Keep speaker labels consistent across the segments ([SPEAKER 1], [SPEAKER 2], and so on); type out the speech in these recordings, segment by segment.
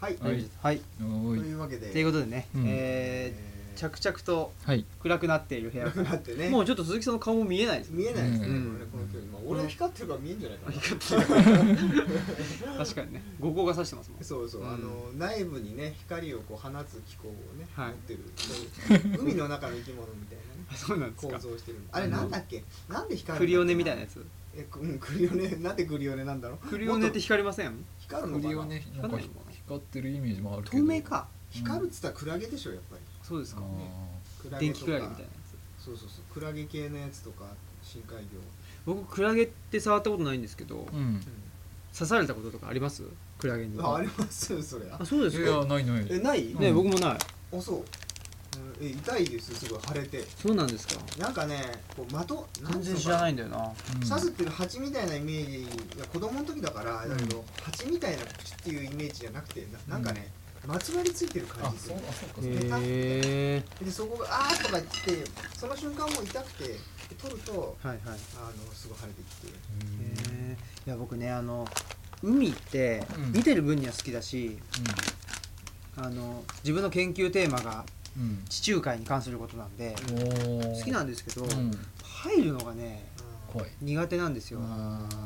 [SPEAKER 1] はい、
[SPEAKER 2] はい
[SPEAKER 3] はい、
[SPEAKER 1] と
[SPEAKER 2] おーい
[SPEAKER 1] いうわけで
[SPEAKER 3] ということでね、
[SPEAKER 2] うん
[SPEAKER 3] えー着々と
[SPEAKER 2] はい
[SPEAKER 3] 暗くなっている部屋
[SPEAKER 1] なくなってね
[SPEAKER 3] もうちょっと鈴木さんの顔も見えないですね
[SPEAKER 1] 見えないですね、
[SPEAKER 3] うん
[SPEAKER 1] この距離、まあ、俺は光ってるから見えんじゃないかな
[SPEAKER 3] 確かにね 五光が差してますもん
[SPEAKER 1] そうそう、
[SPEAKER 3] うん
[SPEAKER 1] あの内部にね光をこう放つ機構をね、
[SPEAKER 3] はい
[SPEAKER 1] 持ってる海の中の生き物みたいなね
[SPEAKER 3] あ そうなんです
[SPEAKER 1] 構
[SPEAKER 3] か
[SPEAKER 1] 造してるあれなんだっけなんで光る
[SPEAKER 3] クリオネみたいなやつ
[SPEAKER 1] えくうんクリオネなんでクリオネなんだろう
[SPEAKER 3] クリオネって光りません
[SPEAKER 1] 光るの
[SPEAKER 2] ク
[SPEAKER 1] か
[SPEAKER 2] リ
[SPEAKER 1] な
[SPEAKER 2] オネなんか光ってるイメージもあるけど
[SPEAKER 3] 透明か
[SPEAKER 1] 光るっつったらクラゲでしょやっぱり
[SPEAKER 3] そうですか
[SPEAKER 1] クラゲ
[SPEAKER 3] 電
[SPEAKER 1] と
[SPEAKER 3] 気
[SPEAKER 1] か
[SPEAKER 3] クラゲみたいなやつ
[SPEAKER 1] そうそうそうクラゲ系のやつとか深海魚、
[SPEAKER 3] 僕クラゲって触ったことないんですけど
[SPEAKER 2] あーうん
[SPEAKER 3] 刺されたこととかありますクラゲに
[SPEAKER 1] ああ
[SPEAKER 3] あ
[SPEAKER 1] りますよそれあ
[SPEAKER 3] そうです
[SPEAKER 2] いや
[SPEAKER 3] か
[SPEAKER 2] ないない
[SPEAKER 3] えない
[SPEAKER 2] うん
[SPEAKER 3] ね僕もない
[SPEAKER 1] そう、うんえ痛いですすごい腫れて
[SPEAKER 3] そうなんですか
[SPEAKER 1] なんかねこう的
[SPEAKER 3] 全然知らないいんだよな
[SPEAKER 1] 刺すっていうのは蜂みたいなイメージが子供の時だからだけど、蜂みたいな口っていうイメージじゃなくてななんかね、まつわりついてる
[SPEAKER 2] あ
[SPEAKER 1] 感じす
[SPEAKER 2] そう
[SPEAKER 1] る
[SPEAKER 2] あそうかそうか
[SPEAKER 3] へえ
[SPEAKER 1] でそこが「あー」とか言ってその瞬間もう痛くてで取ると
[SPEAKER 3] はいはい
[SPEAKER 1] あのすごい腫れてきて
[SPEAKER 3] へーいや僕ねあの海って
[SPEAKER 2] うん
[SPEAKER 3] 見てる分には好きだし、あの自分の研究テーマが
[SPEAKER 2] うん
[SPEAKER 3] 地中海に関することなんで、
[SPEAKER 2] うんおー
[SPEAKER 3] 好きなんですけど、
[SPEAKER 2] うん
[SPEAKER 3] 入るのがね
[SPEAKER 2] 怖い
[SPEAKER 3] 苦手なんですよ、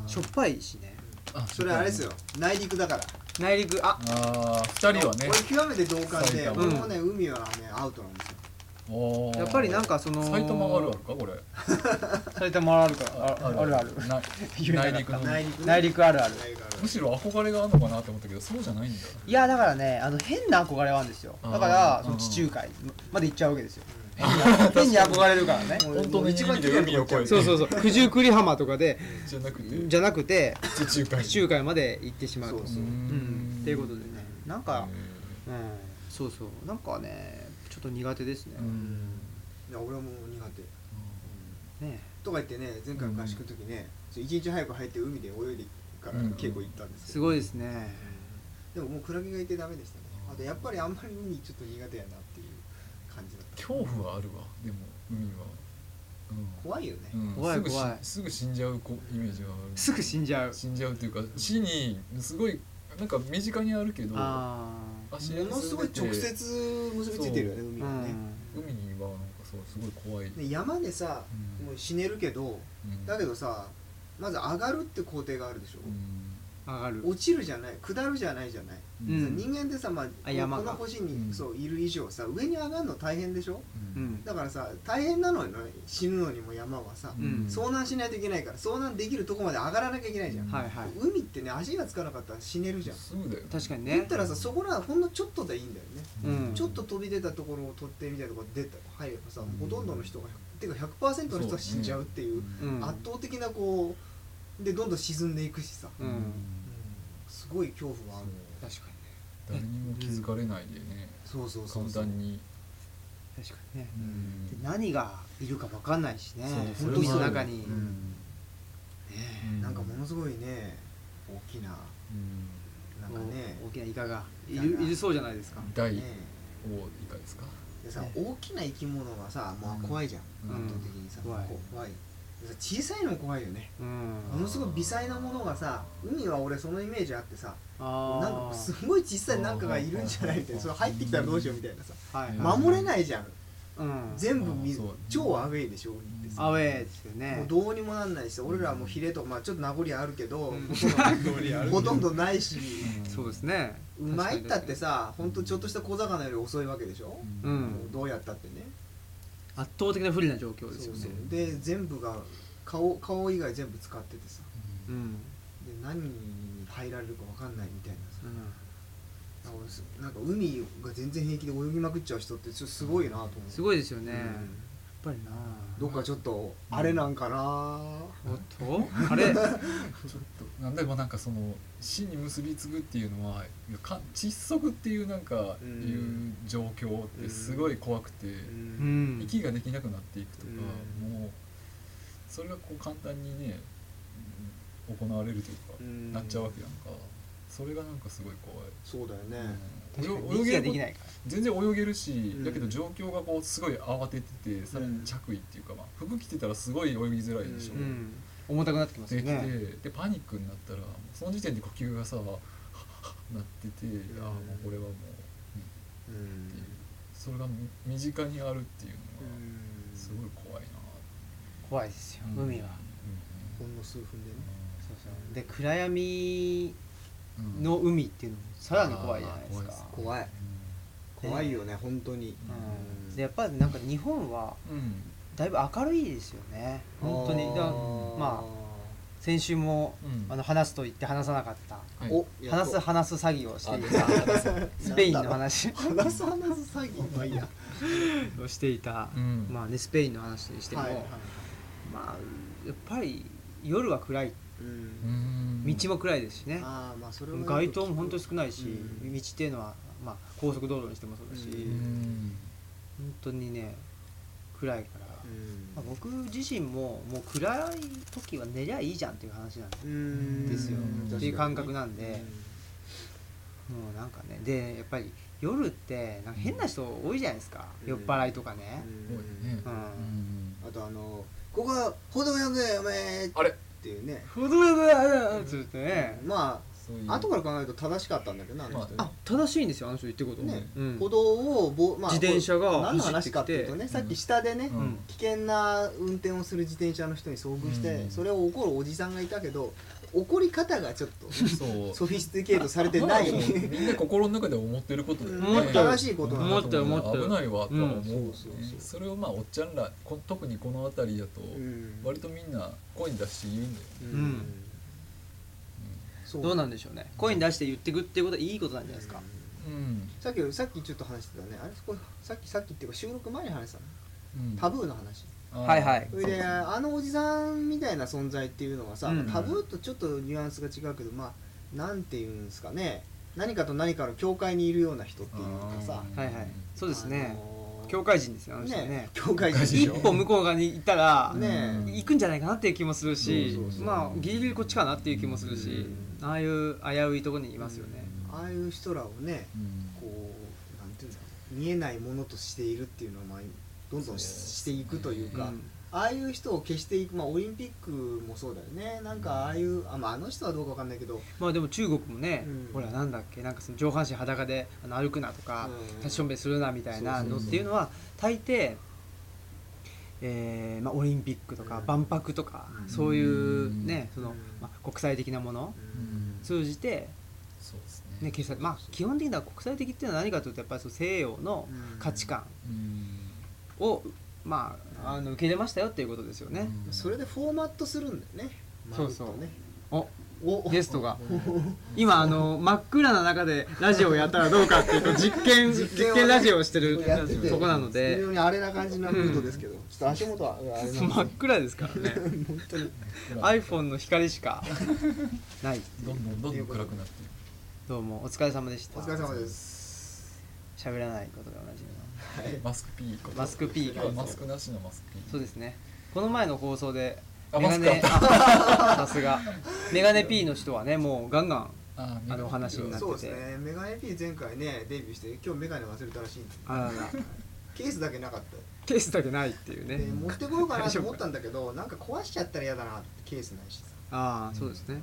[SPEAKER 3] しょっぱいしね
[SPEAKER 2] あ
[SPEAKER 1] それあれですよ内陸だから
[SPEAKER 3] 内陸あ
[SPEAKER 2] あー二人はね
[SPEAKER 1] 俺極めて同感で
[SPEAKER 2] 埼
[SPEAKER 3] 玉
[SPEAKER 1] 俺もね海はねアウトなんですよ
[SPEAKER 2] おー
[SPEAKER 3] やっぱりなんかその
[SPEAKER 2] 埼玉あるあるかこれ
[SPEAKER 3] 埼玉あるからああるある
[SPEAKER 2] な
[SPEAKER 3] 言えなかった
[SPEAKER 2] 内陸の
[SPEAKER 1] 内陸ね
[SPEAKER 3] 内陸あるある
[SPEAKER 1] 内陸ある
[SPEAKER 2] むしろ憧れがあるのかなと思ったけどそうじゃないんだ
[SPEAKER 3] いやだからねあの変な憧れはあるんですよ
[SPEAKER 2] あー
[SPEAKER 3] だから
[SPEAKER 2] うん
[SPEAKER 3] その地中海まで行っちゃうわけですよ変に憧れるからね
[SPEAKER 1] もう
[SPEAKER 2] 本当の意味で海を越えて
[SPEAKER 3] そうそうそう九十九里浜とかで
[SPEAKER 2] じゃなくて
[SPEAKER 3] じゃなくて
[SPEAKER 2] 地中海
[SPEAKER 3] 地中海まで行ってしまうと
[SPEAKER 1] そうう
[SPEAKER 2] ー
[SPEAKER 1] そ
[SPEAKER 3] うん
[SPEAKER 2] ん
[SPEAKER 3] っていうことでねなんか
[SPEAKER 2] う
[SPEAKER 3] うんそうそうなんかねちょっと苦手ですね
[SPEAKER 2] ん
[SPEAKER 1] いや俺も苦手
[SPEAKER 3] ね
[SPEAKER 1] とか言ってね前回の合宿の時ねそう一日早く入って海で泳いでから
[SPEAKER 2] うん
[SPEAKER 1] 稽古行ったんですけど
[SPEAKER 3] すごいですね
[SPEAKER 1] でももうクラゲがいてダメでしたねあとやっぱりあんまり海ちょっと苦手やなっていう感じだった
[SPEAKER 2] 恐怖はあるわでも海は
[SPEAKER 1] 怖いよね、
[SPEAKER 2] うんうん
[SPEAKER 3] 怖い
[SPEAKER 2] すぐし
[SPEAKER 3] 怖い
[SPEAKER 2] すぐ死んじゃうこイメージはある
[SPEAKER 3] すぐ死んじゃう
[SPEAKER 2] 死んじゃうというか死にすごいなんか身近にあるけど
[SPEAKER 3] あ
[SPEAKER 2] 足
[SPEAKER 1] ものすごい直接結びついてるよね海
[SPEAKER 3] あう
[SPEAKER 1] はね、
[SPEAKER 3] ん
[SPEAKER 2] 海はなんかそうすごい怖い、
[SPEAKER 1] で山でさ
[SPEAKER 2] うん
[SPEAKER 1] もう死ねるけど
[SPEAKER 2] うん
[SPEAKER 1] だけどさまず上がるって工程があるでしょ、
[SPEAKER 2] うん
[SPEAKER 3] 上がる
[SPEAKER 1] 落ちるじゃない下るじゃないじゃない、
[SPEAKER 3] うん
[SPEAKER 1] さ人間ってさ、まあ、こ
[SPEAKER 3] 山
[SPEAKER 1] こ
[SPEAKER 3] が
[SPEAKER 1] の星に、
[SPEAKER 2] うん
[SPEAKER 1] そういる以上さ上に上がるの大変でしょ
[SPEAKER 3] う
[SPEAKER 2] うん
[SPEAKER 3] ん
[SPEAKER 1] だからさ大変なのよね死ぬのにも山はさ、
[SPEAKER 3] うん
[SPEAKER 1] 遭難しないといけないから遭難できるとこまで上がらなきゃいけないじゃん、
[SPEAKER 2] うん
[SPEAKER 3] はいはい
[SPEAKER 1] 海ってね足がつかなかったら死ねるじゃん
[SPEAKER 2] すぐだよ
[SPEAKER 3] 確かに
[SPEAKER 1] 言
[SPEAKER 3] ね
[SPEAKER 1] ったらさそこらほんのちょっとでいいんだよね、
[SPEAKER 3] うん
[SPEAKER 1] ちょっと飛び出たところを取ってみたいなところに出た入ればさ、
[SPEAKER 2] うん
[SPEAKER 1] ほとんどの人が100てか100%の人は死んじゃうっていう
[SPEAKER 3] うん
[SPEAKER 1] 圧倒的なこうでどんどん沈んでいくしさ、
[SPEAKER 3] うん
[SPEAKER 1] すごい恐怖はある
[SPEAKER 3] 確かにね
[SPEAKER 2] 誰にも気づかれないでね、
[SPEAKER 1] そうそう
[SPEAKER 2] 簡単に、
[SPEAKER 3] 確かにね
[SPEAKER 2] うん
[SPEAKER 3] で何がいるか分かんないしね
[SPEAKER 2] そう
[SPEAKER 3] 本当に
[SPEAKER 2] そ
[SPEAKER 3] の
[SPEAKER 2] れもあ
[SPEAKER 3] 中
[SPEAKER 2] る
[SPEAKER 3] に
[SPEAKER 1] う
[SPEAKER 3] ね
[SPEAKER 1] ん
[SPEAKER 2] うん
[SPEAKER 1] なんかものすごいね大きななんかね
[SPEAKER 3] お大きなイカがい
[SPEAKER 1] イカ
[SPEAKER 3] る
[SPEAKER 1] が
[SPEAKER 3] いるそうじゃないですか
[SPEAKER 2] 第
[SPEAKER 1] ね
[SPEAKER 2] 5以下ですか、
[SPEAKER 1] でさ
[SPEAKER 3] ね
[SPEAKER 1] 大きな生き物はさまあ怖いじゃん
[SPEAKER 2] うん
[SPEAKER 1] 圧倒的にさ
[SPEAKER 3] うん怖い
[SPEAKER 1] こう怖いでさ小さいのも怖いよね
[SPEAKER 3] うん
[SPEAKER 1] ものすごい微細なものがさ海は俺そのイメージあってさなん
[SPEAKER 3] あ
[SPEAKER 1] かす
[SPEAKER 3] ー
[SPEAKER 1] ごい小さいなんかがいるんじゃないみたいなそれ入ってきたらどうしようみたいなさ
[SPEAKER 3] はい
[SPEAKER 2] ま
[SPEAKER 3] はい
[SPEAKER 1] 守れないじゃん
[SPEAKER 3] うん
[SPEAKER 1] 全部見
[SPEAKER 2] あーそう
[SPEAKER 1] 超アウェイでしょ海ってさ
[SPEAKER 3] アウェーですよ
[SPEAKER 1] も
[SPEAKER 3] ね
[SPEAKER 1] うどうにもなんないし俺らはもうヒレとかまあちょっと名残あるけど
[SPEAKER 3] うん
[SPEAKER 1] ほとんどほとんどないし
[SPEAKER 3] そうですね
[SPEAKER 1] うまいったってさほんとちょっとした小魚より遅いわけでしょ、
[SPEAKER 3] う
[SPEAKER 1] うんどうやったってね
[SPEAKER 3] 圧倒的な不利な状況
[SPEAKER 1] そう
[SPEAKER 3] ですよね
[SPEAKER 1] そうで全部が顔顔以外全部使っててさ
[SPEAKER 3] うん
[SPEAKER 1] で何に入られるか分かんないみたいなさ
[SPEAKER 3] うん
[SPEAKER 1] なんか俺すなんか海が全然平気で泳ぎまくっちゃう人ってちょっとすごいなと思う
[SPEAKER 3] す
[SPEAKER 1] い
[SPEAKER 3] ごいですよね
[SPEAKER 1] ね、
[SPEAKER 3] やっぱりな
[SPEAKER 1] どっかちょっとあれなんかな、
[SPEAKER 3] おっとあれ
[SPEAKER 2] ちょっとなんでもなんかその死に結びつくっていうのはか窒息っていうなんかい
[SPEAKER 1] うん
[SPEAKER 2] う状況ってすごい怖くて、
[SPEAKER 3] うん
[SPEAKER 2] 息ができなくなっていくとか、
[SPEAKER 1] うん
[SPEAKER 2] もうそれがこう簡単にねうん行われるというか、
[SPEAKER 1] うん
[SPEAKER 2] なっちゃうわけやんかそれがなんかすごい怖い、
[SPEAKER 1] そうだよね、
[SPEAKER 3] 確か
[SPEAKER 2] 泳
[SPEAKER 3] に息
[SPEAKER 2] げ
[SPEAKER 3] が
[SPEAKER 2] る
[SPEAKER 3] で
[SPEAKER 2] こ
[SPEAKER 3] きないか
[SPEAKER 2] 全然泳げるし、
[SPEAKER 1] ん
[SPEAKER 2] だけど状況がこうすごい慌てててさらに着衣っていうか、まあ、服着てたらすごい泳ぎづらいでしょ、
[SPEAKER 3] らうん重たくなってきます
[SPEAKER 2] で
[SPEAKER 3] よ
[SPEAKER 2] きて、
[SPEAKER 3] ね
[SPEAKER 2] でパニックになったらその時点で呼吸がさはっはっなってて、
[SPEAKER 1] ん
[SPEAKER 2] ああもうこれはもう
[SPEAKER 1] う
[SPEAKER 2] っていうんそれがみ身近にあるっていうのが
[SPEAKER 1] うん
[SPEAKER 2] すごい怖いな
[SPEAKER 3] 怖いですよ、
[SPEAKER 2] うん
[SPEAKER 3] 海は
[SPEAKER 1] ほんの数分でね
[SPEAKER 3] そうそうで暗闇
[SPEAKER 2] うん
[SPEAKER 3] の海っていうのもさらに怖いじゃないですか
[SPEAKER 2] あー怖い
[SPEAKER 1] 怖い怖いよね本当に
[SPEAKER 3] うんでやっぱりなんか日本は
[SPEAKER 2] うん
[SPEAKER 3] だいぶ明るいですよね本当にだからま先週も
[SPEAKER 2] うん
[SPEAKER 3] あの話すと言って話さなかった
[SPEAKER 2] はい
[SPEAKER 1] お
[SPEAKER 3] 話す話す詐欺をしていたスペインの話
[SPEAKER 1] 話す話す 詐欺まあいいや
[SPEAKER 3] をしていた、
[SPEAKER 2] うん
[SPEAKER 3] まあねスペインの話にしても、
[SPEAKER 1] はいはい
[SPEAKER 3] まあやっぱり夜は暗い
[SPEAKER 1] うん
[SPEAKER 2] うん
[SPEAKER 3] 道も暗いですしね、
[SPEAKER 1] ああまあそれは
[SPEAKER 3] 街灯も本当に少ないし、
[SPEAKER 1] うん
[SPEAKER 3] 道っていうのは、まあ、高速道路にしてもそうだし、
[SPEAKER 2] う
[SPEAKER 1] うん
[SPEAKER 2] ん
[SPEAKER 3] 本当にね暗いから、
[SPEAKER 1] うん
[SPEAKER 3] まあ、僕自身ももう暗い時は寝りゃいいじゃんっていう話なんです
[SPEAKER 1] うん
[SPEAKER 3] ですよ
[SPEAKER 1] うん
[SPEAKER 2] っていう
[SPEAKER 3] 感覚なんでもうなんかねでやっぱり夜ってなんか変な人多いじゃないですか、
[SPEAKER 1] うん
[SPEAKER 3] 酔っ払いとかね、
[SPEAKER 1] うん
[SPEAKER 2] 多いね
[SPEAKER 3] うん
[SPEAKER 2] うん
[SPEAKER 1] あとあのここは歩道やんぜお前っ
[SPEAKER 2] あれ
[SPEAKER 1] ていうね
[SPEAKER 3] ほどほどつってね、
[SPEAKER 1] ま
[SPEAKER 2] そういう
[SPEAKER 1] あ後から考えると正しかったんだけどなあの人ね
[SPEAKER 3] あ正しいんですよあの人言ってること、
[SPEAKER 1] ね
[SPEAKER 3] うん
[SPEAKER 1] 歩道をぼ、まあ、
[SPEAKER 3] 自転車が
[SPEAKER 1] 何の話かっていうとね
[SPEAKER 2] 走
[SPEAKER 1] さ
[SPEAKER 2] ってきて
[SPEAKER 1] っき下でね、
[SPEAKER 2] うん
[SPEAKER 3] うん
[SPEAKER 1] 危険な運転をする自転車の人に遭遇して、
[SPEAKER 2] うん
[SPEAKER 1] それを怒るおじさんがいたけど怒り方がちょっと
[SPEAKER 2] そう
[SPEAKER 1] ソフィスティケートされてない、
[SPEAKER 2] まあそうみんな心の中で思ってることだよね
[SPEAKER 3] 思ってる
[SPEAKER 1] 正しいことなんだ
[SPEAKER 3] 思ってる思ってる
[SPEAKER 2] 危ないわとは思う、ね
[SPEAKER 1] うんそうそうそう
[SPEAKER 2] それをまあおっちゃんらこ特にこの辺りだと
[SPEAKER 1] うん
[SPEAKER 2] 割とみんな声に出して言うんだよね
[SPEAKER 1] うん
[SPEAKER 3] うん
[SPEAKER 1] そ
[SPEAKER 3] どうなんでしょうね声に出して言ってくっていうことはいいことなんじゃないですか、
[SPEAKER 2] うん
[SPEAKER 1] さっきさっきちょっと話してたねあれそこさっきさっきっていうか収録前に話したの
[SPEAKER 2] うん
[SPEAKER 1] タブーの話
[SPEAKER 2] あー
[SPEAKER 3] はいはい
[SPEAKER 1] それであのおじさんみたいな存在っていうのはさ、
[SPEAKER 3] うん
[SPEAKER 1] タブーとちょっとニュアンスが違うけどまあなんていうんですかね何かと何かの境界にいるような人っていうかさ
[SPEAKER 2] あー
[SPEAKER 3] はいはいそうですね、
[SPEAKER 1] あのー
[SPEAKER 3] 教会人ですよあの人はね
[SPEAKER 1] ね境界
[SPEAKER 2] 教会人で
[SPEAKER 1] 人
[SPEAKER 3] 一
[SPEAKER 2] しょ
[SPEAKER 3] 歩向こう側に行ったら、
[SPEAKER 1] ね
[SPEAKER 2] うん
[SPEAKER 3] 行くんじゃないかなっていう気もするし
[SPEAKER 1] そうそうそう
[SPEAKER 3] まあギリギリこっちかなっていう気もするし、
[SPEAKER 1] う
[SPEAKER 3] ああいう危ういところにいますよね、
[SPEAKER 1] ああいう人らをね
[SPEAKER 2] う
[SPEAKER 1] こ
[SPEAKER 2] ん
[SPEAKER 1] うなんていうんだろう見えないものとしているっていうのを、まあ、どんどんししていくという
[SPEAKER 3] うん
[SPEAKER 1] か、ああいう人を消していく、まあ、オリンピックもそうだよねなんかああいうあ,、まあ、あの人はどうかわかんないけど、
[SPEAKER 3] まあでも中国もね、
[SPEAKER 1] うん
[SPEAKER 3] ほらなんだっけなんかその上半身裸であの歩くなとか、
[SPEAKER 1] うん
[SPEAKER 3] 立ちしょんべんするなみたいな
[SPEAKER 2] そうそう
[SPEAKER 3] のっ
[SPEAKER 2] そう
[SPEAKER 3] ていうのは大抵、えーまあ、オリンピックとか
[SPEAKER 1] うん
[SPEAKER 3] 万博とか、
[SPEAKER 1] うん
[SPEAKER 3] そういうねその、
[SPEAKER 1] うん
[SPEAKER 3] まあ、国際的なもの
[SPEAKER 2] うん
[SPEAKER 3] 通じて、
[SPEAKER 2] そうですね
[SPEAKER 3] ね、消さまあ基本的には国際的っていうのは何かというとやっぱりその西洋の価値観
[SPEAKER 2] うん
[SPEAKER 3] を、まあ、あの受け入れましたよっていうことですよね。
[SPEAKER 2] うん
[SPEAKER 1] それでフォーマットするんだよね
[SPEAKER 3] そうそう
[SPEAKER 1] まるっとね
[SPEAKER 3] お
[SPEAKER 1] お
[SPEAKER 3] ゲストが今あの真っ暗な中でラジオをやったらどうかっていうと実験実
[SPEAKER 1] 実
[SPEAKER 3] 験
[SPEAKER 1] 験をね
[SPEAKER 3] ラジオをしてる
[SPEAKER 1] やってて
[SPEAKER 3] とこなの
[SPEAKER 1] 非
[SPEAKER 3] で
[SPEAKER 1] 常に荒れな感じなムードですけど、ちょっと足元はうんあれなんですよ
[SPEAKER 3] 真っ暗ですからね
[SPEAKER 1] 本当に
[SPEAKER 3] iPhone の光しかない
[SPEAKER 2] どんどんどんどん暗くなっていく
[SPEAKER 3] どうもお疲れ様でし た
[SPEAKER 1] お疲れ様です
[SPEAKER 3] 喋らないことでおなじみ
[SPEAKER 1] はい
[SPEAKER 2] マスクピーこと
[SPEAKER 3] のマスク P
[SPEAKER 2] 今日はマスクなしのマスクピー
[SPEAKER 3] そうですねこの前の放送で
[SPEAKER 2] あ
[SPEAKER 3] メガネ
[SPEAKER 2] マスク
[SPEAKER 3] あ さすがメガネ P の人はねもうガンガン
[SPEAKER 2] あ
[SPEAKER 3] あのお話になってて
[SPEAKER 1] そうですねメガネ P 前回ねデビューして今日メガネ忘れたらしいんですよ
[SPEAKER 3] あらら
[SPEAKER 1] ケースだけなかったよ
[SPEAKER 3] ケースだけないっていう
[SPEAKER 1] で
[SPEAKER 3] ね
[SPEAKER 1] 持ってこようかなと思ったんだけどなんか壊しちゃったら嫌だなってケースないしさ、
[SPEAKER 3] ああそうですね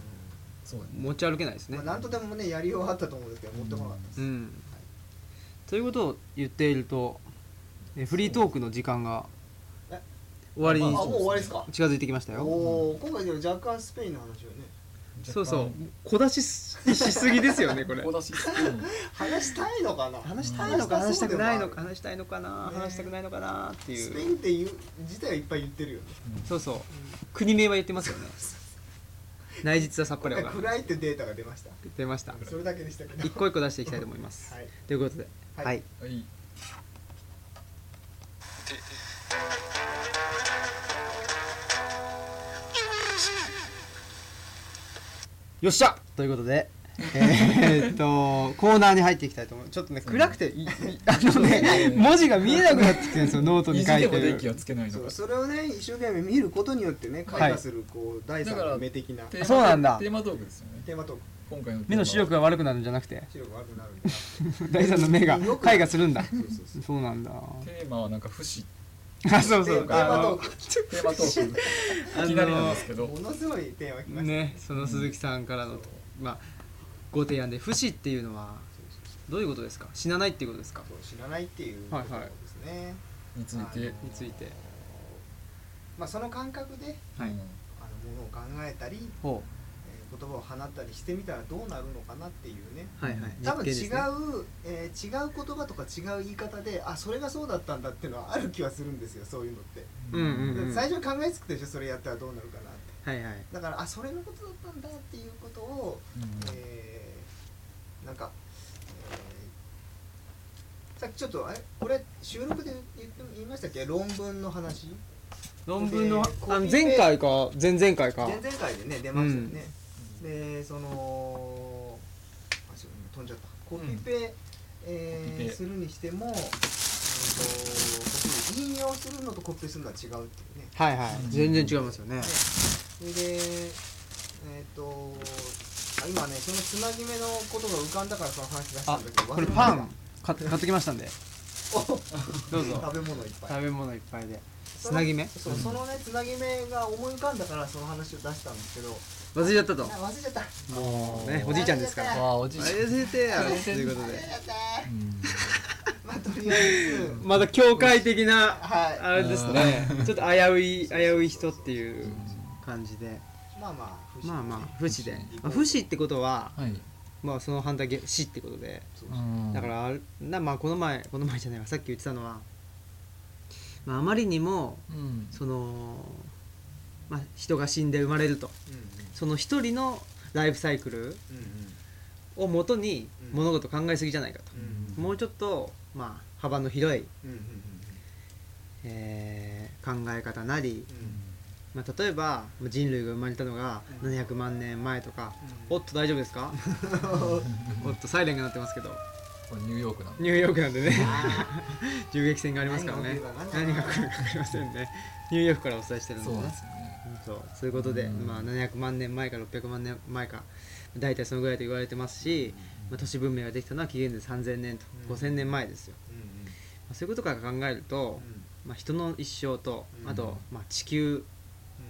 [SPEAKER 2] そうだね
[SPEAKER 3] 持ち歩けないですね
[SPEAKER 1] まあ、なんとでもねやりようはあったと思うんですけど持ってこなかったです、
[SPEAKER 3] うん、ということを言っているとえフリートークの時間が
[SPEAKER 1] え
[SPEAKER 3] 終わり
[SPEAKER 1] あ
[SPEAKER 3] に
[SPEAKER 1] もう終わりですか
[SPEAKER 3] 近づいてきましたよ
[SPEAKER 1] おお今回でも若干スペインの話をね
[SPEAKER 3] そうそう小出ししすぎですよねこれ
[SPEAKER 2] 小出しスペイン
[SPEAKER 1] 話したいのかな
[SPEAKER 3] 話したいのか話したくないのか
[SPEAKER 1] っ
[SPEAKER 3] 話したいのかな、
[SPEAKER 1] ね
[SPEAKER 3] 話したくないのかなって
[SPEAKER 1] て
[SPEAKER 3] い
[SPEAKER 1] いう
[SPEAKER 3] う
[SPEAKER 1] スペインっていう自体はいっぱい言ってるよね
[SPEAKER 3] そうそう国名は言ってま すよね内実はさっぱりわからない
[SPEAKER 1] 暗いってデータが出ました
[SPEAKER 3] 出ました
[SPEAKER 1] それだけでしたけど
[SPEAKER 3] 一個一個出していきたいと思います、
[SPEAKER 1] はい
[SPEAKER 3] ということでは、
[SPEAKER 1] はいい
[SPEAKER 2] はい
[SPEAKER 3] よっしゃということでえーっとコーナーに入っていきたいと思うちょっとね暗くていいあのね文字が見えなくなってきてるんですよノート
[SPEAKER 2] 意
[SPEAKER 3] に書
[SPEAKER 2] 地
[SPEAKER 3] いて
[SPEAKER 2] でも電
[SPEAKER 3] る
[SPEAKER 2] 気はつけないの
[SPEAKER 1] そ
[SPEAKER 2] か
[SPEAKER 1] うそれをね一生懸命見ることによってね
[SPEAKER 2] はい
[SPEAKER 1] 開花するこう第三
[SPEAKER 2] だから
[SPEAKER 1] の目的な
[SPEAKER 2] テーマ
[SPEAKER 3] そうなんだ
[SPEAKER 2] テーマトークですよね
[SPEAKER 1] テーマトーク
[SPEAKER 2] 今回のテーマは
[SPEAKER 3] 目の視力が悪くなるんじゃなくて
[SPEAKER 1] 視力悪くなるんでそ
[SPEAKER 3] 大さんの目が
[SPEAKER 1] よく
[SPEAKER 3] 絵画するんだ
[SPEAKER 1] うそうそう
[SPEAKER 3] そうなんだ
[SPEAKER 2] テーマはなんか不死
[SPEAKER 3] あそうそ
[SPEAKER 1] テ
[SPEAKER 3] う
[SPEAKER 1] ーマ
[SPEAKER 3] あ
[SPEAKER 1] ト
[SPEAKER 3] の
[SPEAKER 1] ー
[SPEAKER 2] テーマトークいきなりなんですけど
[SPEAKER 1] クものすごいテーマきました
[SPEAKER 3] ねその鈴木さんからの、
[SPEAKER 1] そう
[SPEAKER 3] まあご提案で不死っていうのはどういうことですか死なないっていうことですか
[SPEAKER 1] そう死なないっていうことですね、
[SPEAKER 2] について
[SPEAKER 1] あの
[SPEAKER 3] について
[SPEAKER 1] まあ、その感覚で
[SPEAKER 3] は
[SPEAKER 1] あ
[SPEAKER 3] い
[SPEAKER 2] うん
[SPEAKER 1] のものを考えたり、
[SPEAKER 3] ほ
[SPEAKER 1] えー言葉を放ったりしてみたらどうなるのかなっていうね
[SPEAKER 3] うはいはい
[SPEAKER 1] 多分違う、
[SPEAKER 3] 日経ですね
[SPEAKER 1] えー違う言葉とか違う言い方であそれがそうだったんだっていうのはある気はするんですよそういうのって、
[SPEAKER 3] うんうんうん
[SPEAKER 1] 最初に考えつくでしょそれやったらどうなるかなって
[SPEAKER 3] はいはい
[SPEAKER 1] だからあそれのことだったんだっていうことを、
[SPEAKER 2] うん
[SPEAKER 1] えーなんか、えーさっきちょっとあれこれ収録で言って言いましたっけ論文の話
[SPEAKER 3] 論文の
[SPEAKER 1] でコピ
[SPEAKER 3] あの
[SPEAKER 1] ペ
[SPEAKER 3] 前回か前々回か
[SPEAKER 1] 前々回でね出ましたよね、でそのあちょっと今飛んじゃったコピペ,、えー
[SPEAKER 2] コピペ
[SPEAKER 1] するにしても、えー、とコピー引用するのとコピペするのは違うっていうね
[SPEAKER 3] はいはい全然違いますよね
[SPEAKER 1] それでえっ、とあ今ねそのつなぎ目のことが浮かんだからその話出した
[SPEAKER 3] あ
[SPEAKER 1] んだけど
[SPEAKER 3] これ
[SPEAKER 1] 忘れ
[SPEAKER 3] パ
[SPEAKER 1] た
[SPEAKER 3] ン買って買ってきましたんでどうぞ
[SPEAKER 1] 食べ物いっぱい
[SPEAKER 3] 食べ物いっぱいで
[SPEAKER 1] その
[SPEAKER 3] つなぎ目
[SPEAKER 1] そうそのねつなぎ目が思い浮かんだからその話を出したんですけど
[SPEAKER 3] 忘れちゃったと
[SPEAKER 1] あ忘れちゃった
[SPEAKER 2] もう
[SPEAKER 3] ねおじいちゃんですから
[SPEAKER 1] 忘れちゃった
[SPEAKER 2] わあおじいちゃん
[SPEAKER 3] 忘れてやろということ
[SPEAKER 1] 忘れ
[SPEAKER 3] で
[SPEAKER 1] ちゃった
[SPEAKER 2] うん
[SPEAKER 1] まあとりあえず
[SPEAKER 3] まだ教会的な
[SPEAKER 1] はい
[SPEAKER 3] あれですねちょっと危うい危うい人っていう感じで
[SPEAKER 1] まあまあ不思議
[SPEAKER 3] まあまあ不死でま
[SPEAKER 1] 不
[SPEAKER 3] あ不
[SPEAKER 1] 思議
[SPEAKER 3] 死ってことは
[SPEAKER 2] はい
[SPEAKER 3] まあその反対げ死ってことで
[SPEAKER 1] そうそう
[SPEAKER 2] うん
[SPEAKER 3] だからあれなまあこの前この前じゃないわさっき言ってたのはまああまりにも
[SPEAKER 2] うん
[SPEAKER 3] そのまあ人が死んで生まれると
[SPEAKER 1] うん
[SPEAKER 3] その一人のライフサイクル
[SPEAKER 1] うん
[SPEAKER 3] をもとに
[SPEAKER 1] うん
[SPEAKER 3] 物事を考えすぎじゃないかと
[SPEAKER 1] うん
[SPEAKER 3] もうちょっとまあ幅の広い、
[SPEAKER 1] うんうんうん
[SPEAKER 3] えー考え方なり
[SPEAKER 1] うん
[SPEAKER 3] まあ、例えばまあ人類が生まれたのが
[SPEAKER 1] うん
[SPEAKER 3] 700万年前とか、
[SPEAKER 1] うん
[SPEAKER 3] おっと大丈夫ですか おっとサイレンが鳴ってますけど
[SPEAKER 2] これニューヨークなんで
[SPEAKER 3] ニューヨークなんでね 銃撃戦がありますからね
[SPEAKER 1] 何
[SPEAKER 3] 何
[SPEAKER 1] が
[SPEAKER 3] が
[SPEAKER 1] 起き
[SPEAKER 3] 来るか分かりませんねニューヨークからお伝えしてるんで
[SPEAKER 2] そうなんで
[SPEAKER 3] ね
[SPEAKER 2] すよね
[SPEAKER 3] そうそういうことで、
[SPEAKER 2] うん
[SPEAKER 3] まあ、700万年前か600万年前か大体そのぐらいと言われてますし、まあ、都市文明ができたのは紀元前3000年と
[SPEAKER 1] うん
[SPEAKER 3] 5000年前ですよ、
[SPEAKER 1] うん
[SPEAKER 3] まあ、そういうことから考えると、まあ、人の一生と
[SPEAKER 1] うん
[SPEAKER 3] あと、まあ、地球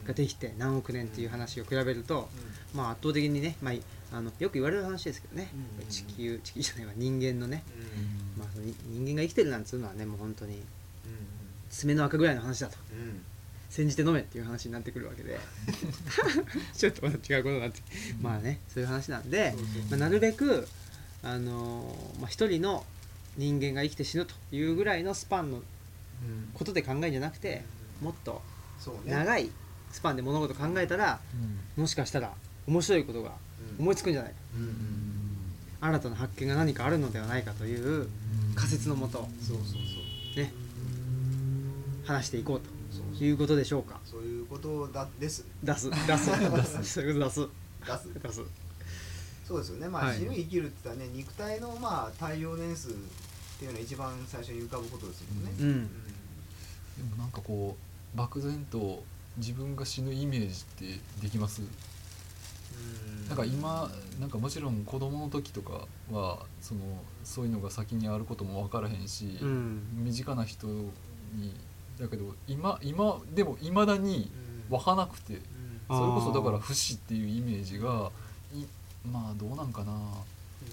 [SPEAKER 1] うん
[SPEAKER 3] ができて何億年っていう話を比べると、
[SPEAKER 1] う
[SPEAKER 3] まあ、圧倒的にね、まあい、あのよく言われる話ですけどね、
[SPEAKER 1] うんうん
[SPEAKER 3] 地球地球じゃないわ人間のね、
[SPEAKER 1] んうん
[SPEAKER 3] まあ、その人間が生きてるなんつうのはねもう本当に
[SPEAKER 1] う
[SPEAKER 3] 爪の赤ぐらいの話だと
[SPEAKER 1] んうんうん
[SPEAKER 3] 煎じて飲めっていう話になってくるわけ でちょっとまた違うことになってまあねそういう話なんで
[SPEAKER 1] そう、そう
[SPEAKER 3] まあ、なるべく、あのーまあ、一人の人間が生きて死ぬというぐらいのスパンの
[SPEAKER 1] うん
[SPEAKER 3] ことで考えんじゃなくてもっと
[SPEAKER 1] そうね
[SPEAKER 3] 長いスパンで物事考えたらもしかしたら面白いことが
[SPEAKER 1] うん
[SPEAKER 3] 思いつくんじゃないか
[SPEAKER 1] うんうん
[SPEAKER 3] 新たな発見が何かあるのではないかという仮説のもと
[SPEAKER 1] そうそうそう
[SPEAKER 3] ね話していこう
[SPEAKER 1] そう
[SPEAKER 3] と
[SPEAKER 1] そう
[SPEAKER 3] いうことでしょうか
[SPEAKER 1] そういうことだです
[SPEAKER 3] 出 す出す出すそういうこと出す
[SPEAKER 1] 出す
[SPEAKER 3] 出す
[SPEAKER 1] そうですよね、まあ
[SPEAKER 3] はい
[SPEAKER 1] 死ぬ生きるって言ったらね肉体のまあ耐用年数っていうのが一番最初に浮かぶことですよね、
[SPEAKER 3] うん
[SPEAKER 2] でもなんかこう漠然と自分が死ぬイメージってできます
[SPEAKER 1] うん
[SPEAKER 2] なんか今なんかもちろん子供の時とかはそのそういうのが先にあることも分からへんし、
[SPEAKER 3] うん
[SPEAKER 2] 身近な人にだけど今今でもいまだに
[SPEAKER 1] うん
[SPEAKER 2] 分かなくて
[SPEAKER 1] う
[SPEAKER 3] あ
[SPEAKER 2] それこそだか
[SPEAKER 3] あー
[SPEAKER 2] ら不死っていうイメージがいまあどうなんかなん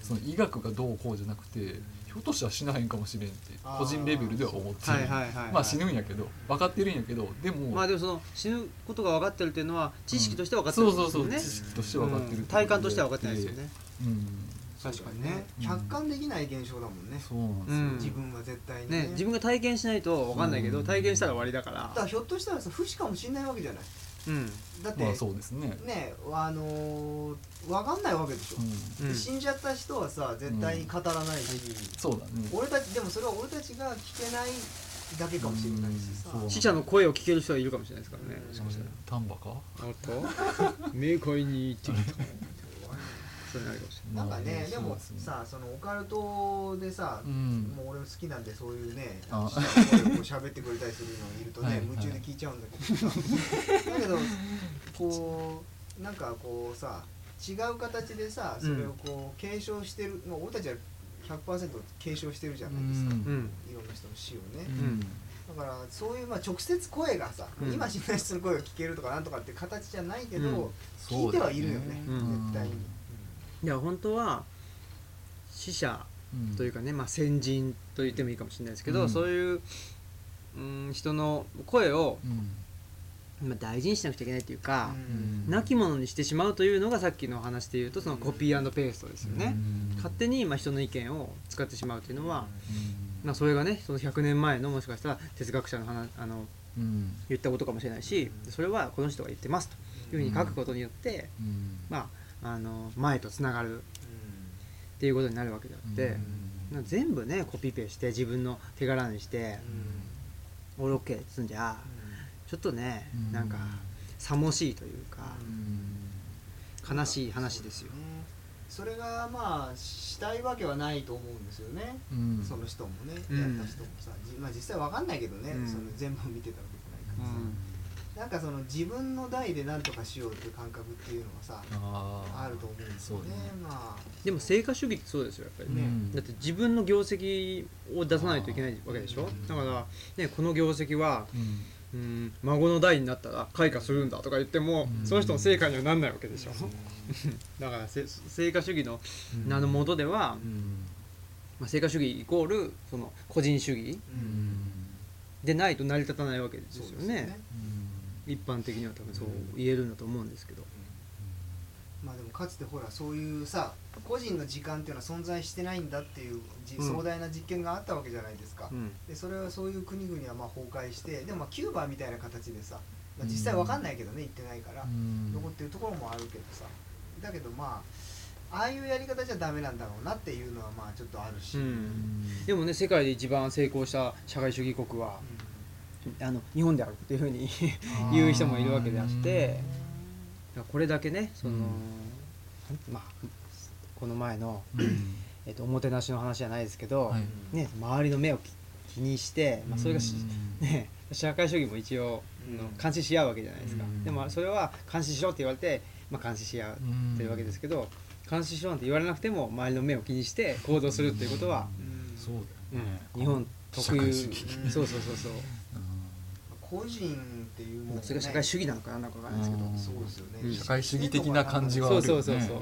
[SPEAKER 2] その医学がどうこうじゃなくてひょっとしたら死なへんかもしれんって
[SPEAKER 1] あー
[SPEAKER 2] 個人レベルでは思ってる
[SPEAKER 3] はいはいはいはい
[SPEAKER 2] まあ死ぬんやけど分かってるんやけどでも、
[SPEAKER 3] まあでもその死ぬことが分かってるっていうのは知識として分かってる
[SPEAKER 2] そ
[SPEAKER 3] ん
[SPEAKER 2] うそうそう、
[SPEAKER 3] で
[SPEAKER 2] 知
[SPEAKER 3] すよね
[SPEAKER 2] 識として分かってるって
[SPEAKER 3] う
[SPEAKER 2] こ
[SPEAKER 3] ん
[SPEAKER 2] で
[SPEAKER 3] 体感としては分かってないですよね
[SPEAKER 2] うん
[SPEAKER 3] 確かにね
[SPEAKER 1] そうだよ客観できない現象だもんね、
[SPEAKER 2] そうなんです
[SPEAKER 1] 自
[SPEAKER 2] よ、
[SPEAKER 1] 分は絶対にね
[SPEAKER 3] ね自分が体験しないと分かんないけど
[SPEAKER 2] うん
[SPEAKER 3] 体験したら終わりだか
[SPEAKER 1] だから
[SPEAKER 3] ら
[SPEAKER 1] ひょっとしたらさ不死かもしれないわけじゃない
[SPEAKER 3] うん
[SPEAKER 1] だって、
[SPEAKER 2] まあそうですね
[SPEAKER 1] ねあのー、わかんないわけでしょ
[SPEAKER 2] う、ん
[SPEAKER 3] うん
[SPEAKER 1] 死んじゃった人はさ絶対に語らないし、
[SPEAKER 2] そうだね
[SPEAKER 1] 俺たちでもそれは俺たちが聞けないだけかもしれないしさ、
[SPEAKER 2] うんそう
[SPEAKER 3] 死者の声を聞ける人はいるかもしれないですからね
[SPEAKER 1] うん
[SPEAKER 3] もしかしたら
[SPEAKER 2] 丹波か
[SPEAKER 3] おっ と冥界に行ってきたそれになるかもしれ
[SPEAKER 1] なんかね、
[SPEAKER 2] うん
[SPEAKER 1] でもさ、そのオカルトでさ
[SPEAKER 2] う、ん
[SPEAKER 1] もう俺も好きなんでそういうね、あ
[SPEAKER 2] あ
[SPEAKER 1] のこう喋ってくれたりするのをいると
[SPEAKER 2] はい
[SPEAKER 1] ね
[SPEAKER 2] は、い
[SPEAKER 1] 夢中で聞いちゃうんだけどさ、だけどこうなんかこうさ、違う形でさ、それをこう継承してる、まあ俺たちは100%継承してるじゃないですか。
[SPEAKER 2] うん
[SPEAKER 3] ないうん
[SPEAKER 1] いろんな人の死を
[SPEAKER 2] う
[SPEAKER 1] ね、
[SPEAKER 2] ん
[SPEAKER 1] だからそういうまあ直接声がさ、
[SPEAKER 3] うん
[SPEAKER 1] 今死んだ人の声を聞けるとかなんとかっていう形じゃないけど、
[SPEAKER 3] うん
[SPEAKER 1] 聞いてはいるよね、
[SPEAKER 3] うん
[SPEAKER 1] 絶対に。
[SPEAKER 3] いや本当は死者
[SPEAKER 2] うん
[SPEAKER 3] というかね、まあ、先人と言ってもいいかもしれないですけど、
[SPEAKER 2] うん
[SPEAKER 3] そういう、うん、人の声を、
[SPEAKER 2] うん
[SPEAKER 3] まあ、大事にしなくちゃいけないというか、
[SPEAKER 2] ん
[SPEAKER 3] 亡き者にしてしまうというのがさっきのお話でいうとそのコピーペーストですよね、勝手にまあ人の意見を使ってしまうというのは、
[SPEAKER 2] うん
[SPEAKER 3] まあ、それがねその100年前のもしかしたら哲学者の話あの
[SPEAKER 2] うん
[SPEAKER 3] 言ったことかもしれないしそれはこの人が言ってますというふうに書くことによって、
[SPEAKER 2] うん
[SPEAKER 3] まあ、あの前とつながるっていうことになるわけであって。
[SPEAKER 2] うん
[SPEAKER 3] なんか全部ねコピペして自分の手柄にしてオールオッケーっつんじゃちょっとね
[SPEAKER 2] うん
[SPEAKER 3] なんか寂しいというか
[SPEAKER 2] うん
[SPEAKER 3] 悲しい話ですよ。
[SPEAKER 1] それがまあしたいわけはないと思うんですよね、
[SPEAKER 2] うん
[SPEAKER 1] その人もね、
[SPEAKER 3] うん
[SPEAKER 1] やった人もさ、じまあ、実際わかんないけどね、
[SPEAKER 3] うん
[SPEAKER 1] その全部見てたわけじゃないからさ、なんかその自分の代で何とかしようっていう感覚っていうのはさ
[SPEAKER 2] あー
[SPEAKER 1] あると思うんですよね
[SPEAKER 2] そうね
[SPEAKER 1] まあ
[SPEAKER 3] でも成果主義ってそうですよやっぱり
[SPEAKER 2] う
[SPEAKER 3] ね。
[SPEAKER 2] ん
[SPEAKER 3] だって自分の業績を出さないといけないわけでしょだから、ね、この業績は
[SPEAKER 2] うん
[SPEAKER 3] うん孫の代になったら開花するんだとか言っても、
[SPEAKER 2] うん
[SPEAKER 3] その人の成果にはなんないわけでしょ
[SPEAKER 1] そう
[SPEAKER 3] だからせ成果主義の名のもとでは、
[SPEAKER 2] うん
[SPEAKER 3] まあ、成果主義イコールその個人主義
[SPEAKER 2] うん
[SPEAKER 3] でないと成り立たないわけです
[SPEAKER 1] そう
[SPEAKER 3] よね一般的には多分そう言えるんだと思うんですけど、
[SPEAKER 1] まあでもかつてほらそういうさ個人の時間っていうのは存在してないんだっていうじ
[SPEAKER 3] うん
[SPEAKER 1] 壮大な実験があったわけじゃないですか、
[SPEAKER 3] うん
[SPEAKER 1] でそれはそういう国々はまあ崩壊してでもまあキューバみたいな形でさ、まあ、実際わかんないけどね行ってないから、
[SPEAKER 2] うん
[SPEAKER 1] 残ってるところもあるけどさだけどまあああいうやり方じゃダメなんだろうなっていうのはまあちょっとあるし、
[SPEAKER 3] う
[SPEAKER 1] うん
[SPEAKER 3] んでもね世界で一番成功した社会主義国はあの日本であるっていうふう に言う人もいるわけであってこれだけねその、
[SPEAKER 2] うん
[SPEAKER 3] まあこの前の、
[SPEAKER 2] うん
[SPEAKER 3] えっとおもてなしの話じゃないですけど、
[SPEAKER 2] はい
[SPEAKER 3] ね、周りの目を気気にして、まあ、それがし、
[SPEAKER 2] うん
[SPEAKER 3] ね、社会主義も一応、
[SPEAKER 1] うん
[SPEAKER 3] あの監視し合うわけじゃないですか、
[SPEAKER 2] うん
[SPEAKER 3] でもそれは監視しろって言われて、まあ、監視し合う
[SPEAKER 2] うん
[SPEAKER 3] というわけですけど、監視しろなんて言われなくても周りの目を気にして行動するっていうことは、
[SPEAKER 1] うん
[SPEAKER 2] そうだよね
[SPEAKER 3] 日本特有
[SPEAKER 2] 社会主義
[SPEAKER 1] うん
[SPEAKER 3] そうそうそうそう、
[SPEAKER 1] 個人っていうもん
[SPEAKER 3] ま
[SPEAKER 1] ね
[SPEAKER 3] あ、それが社会主義なのかなんなのかわからないですけど、
[SPEAKER 2] うん
[SPEAKER 1] そうですよね、
[SPEAKER 3] うん
[SPEAKER 2] 社会主義的な感じはある
[SPEAKER 3] そ
[SPEAKER 2] よ
[SPEAKER 3] う
[SPEAKER 2] ね
[SPEAKER 3] そうそうそう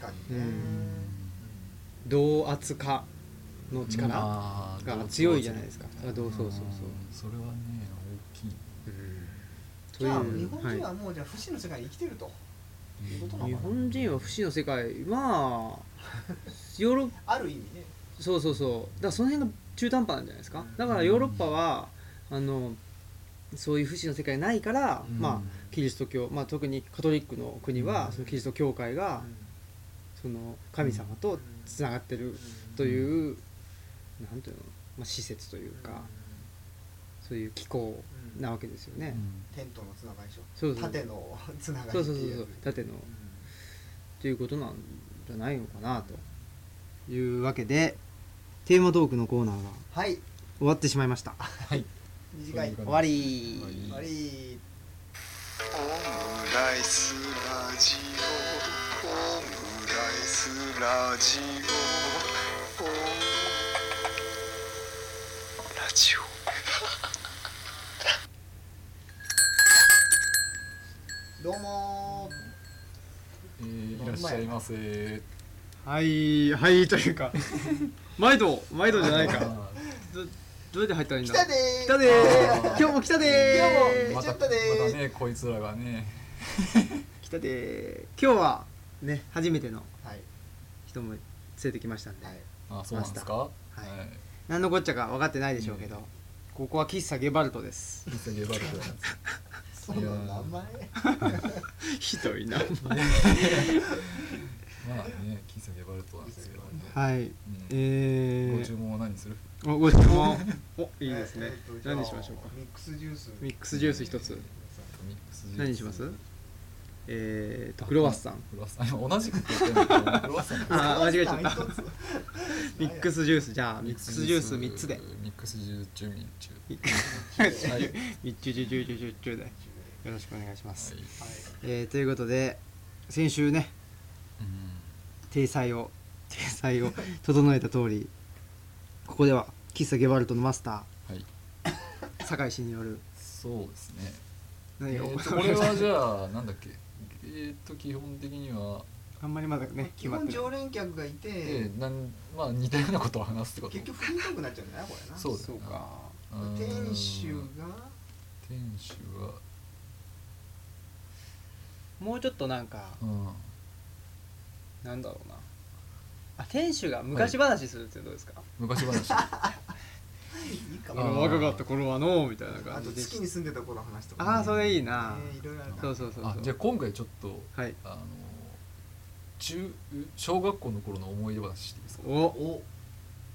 [SPEAKER 1] 確かにね、
[SPEAKER 3] うん同圧化の力が
[SPEAKER 2] が
[SPEAKER 3] 強いじゃないですか、あどうそうそう
[SPEAKER 2] それはね大きい
[SPEAKER 3] そ
[SPEAKER 1] じ
[SPEAKER 3] う、うんとい
[SPEAKER 1] ゃあ
[SPEAKER 3] う
[SPEAKER 1] 日本人は
[SPEAKER 3] は
[SPEAKER 1] もうじゃあ不死の世界に生きてると、いうことなの
[SPEAKER 3] い、日
[SPEAKER 1] かな
[SPEAKER 3] 本人は不死の世界まあヨーロッ
[SPEAKER 1] ある意味ね
[SPEAKER 3] そうそうそうだからその辺が中途半端なんじゃないですかだからヨーロッパはあのそういう不死の世界ないから、
[SPEAKER 2] うん
[SPEAKER 3] まあキリスト教、まあ、特にカトリックの国は、
[SPEAKER 2] うん
[SPEAKER 3] そのキリスト教会が、その神様とつながってるという、なんていうの、まあ、施設というか、そういう機構なわけですよね、
[SPEAKER 1] テントのつながりでしょ
[SPEAKER 3] そうそう
[SPEAKER 1] 縦のつながり
[SPEAKER 3] そう
[SPEAKER 1] って
[SPEAKER 3] そうそう
[SPEAKER 1] い
[SPEAKER 3] そうう縦のということなんじゃないのかなというわけでテーマトークのコーナーが
[SPEAKER 1] はい
[SPEAKER 3] 終わってしまいました
[SPEAKER 2] はい
[SPEAKER 1] 短い
[SPEAKER 2] そういうこ
[SPEAKER 1] 終
[SPEAKER 2] と
[SPEAKER 1] わり
[SPEAKER 3] り
[SPEAKER 1] 終わり
[SPEAKER 4] オムライスラジオオムライスラジオオムラジオ
[SPEAKER 1] どうも
[SPEAKER 2] えーいらっしゃいませ
[SPEAKER 3] はいはいというか 毎度毎度じゃないか
[SPEAKER 2] あ
[SPEAKER 3] どどうやって入ったらいい
[SPEAKER 1] ー
[SPEAKER 3] ん
[SPEAKER 1] 来
[SPEAKER 3] だ
[SPEAKER 1] たでー
[SPEAKER 3] 来たで
[SPEAKER 2] あ
[SPEAKER 3] ー
[SPEAKER 2] ー
[SPEAKER 3] 今日も来たで
[SPEAKER 1] 今日
[SPEAKER 2] ー
[SPEAKER 3] ー
[SPEAKER 1] も
[SPEAKER 2] ま
[SPEAKER 1] ちょっ
[SPEAKER 2] た
[SPEAKER 1] とねー
[SPEAKER 2] またねこいつらがね
[SPEAKER 3] 来たでー今日はね初めての
[SPEAKER 1] はい
[SPEAKER 3] 人も連れてきましたんで、
[SPEAKER 1] はい
[SPEAKER 2] あそうなんですかはい
[SPEAKER 3] 何のこっちゃか分かってないでしょうけど、
[SPEAKER 2] うん
[SPEAKER 3] ここは喫茶ゲバルトです
[SPEAKER 2] いミスゲバルトなんです
[SPEAKER 1] そうなの名前
[SPEAKER 3] ひどいな
[SPEAKER 2] まあねキスゲバルトなんですけど
[SPEAKER 3] はい
[SPEAKER 2] うん
[SPEAKER 3] えー、
[SPEAKER 2] ご注文は何する
[SPEAKER 3] おご注文おいいですね
[SPEAKER 1] えーとじゃあ
[SPEAKER 3] 何にしましょうか
[SPEAKER 1] ミックスジュース
[SPEAKER 3] ミックスジュース一つ
[SPEAKER 2] ミックスジュース
[SPEAKER 3] 何にしますえーとクロワッサン
[SPEAKER 2] クロワッサン今同じくって言ってんだけどクロワッサン
[SPEAKER 3] あー間違えちゃった
[SPEAKER 1] 一つ
[SPEAKER 3] ミックスジュースじ ゃあミックスジュース3つで
[SPEAKER 2] ミックスジュース中ミッチュ
[SPEAKER 3] はいミッチュジュジュジュジュジュでよろしくお願いします、
[SPEAKER 2] はい
[SPEAKER 1] はい
[SPEAKER 3] えーということで先週ね体裁を体裁 を整えた通りここでは喫茶ゲバルトのマスタ
[SPEAKER 2] はい
[SPEAKER 3] ー酒井氏による
[SPEAKER 2] そうですね
[SPEAKER 3] 何
[SPEAKER 2] え
[SPEAKER 3] を、
[SPEAKER 2] ーとこれはじゃあなんだっけえっと基本的には
[SPEAKER 3] あんまりまだね
[SPEAKER 1] 基
[SPEAKER 3] 決まっ
[SPEAKER 1] 本
[SPEAKER 3] てない
[SPEAKER 1] 常連客がいて、
[SPEAKER 2] でなんまあ似たようなことを話すってこと
[SPEAKER 1] 結局フリートークになっちゃうんだよなこれな
[SPEAKER 2] そうだよ
[SPEAKER 3] そう
[SPEAKER 2] な
[SPEAKER 3] か
[SPEAKER 2] うん
[SPEAKER 1] 店主が
[SPEAKER 2] 店主は
[SPEAKER 3] もうちょっとなんか
[SPEAKER 2] うん
[SPEAKER 3] なんだろうなあ店主が昔話するってどうですか、
[SPEAKER 2] 昔 話
[SPEAKER 1] いいか
[SPEAKER 2] あ
[SPEAKER 1] も
[SPEAKER 2] ー
[SPEAKER 3] 俺若かった頃はのみたいな
[SPEAKER 1] あ
[SPEAKER 3] 感
[SPEAKER 1] と
[SPEAKER 3] じで
[SPEAKER 1] 月に住んでた頃の話とか、
[SPEAKER 3] ああそれいいな、
[SPEAKER 1] ねいろいろあるな
[SPEAKER 3] そうそうそうそう
[SPEAKER 2] あじゃあ今回ちょっと
[SPEAKER 3] はい
[SPEAKER 2] あの中小学校の頃の思い出話していいですか
[SPEAKER 3] おお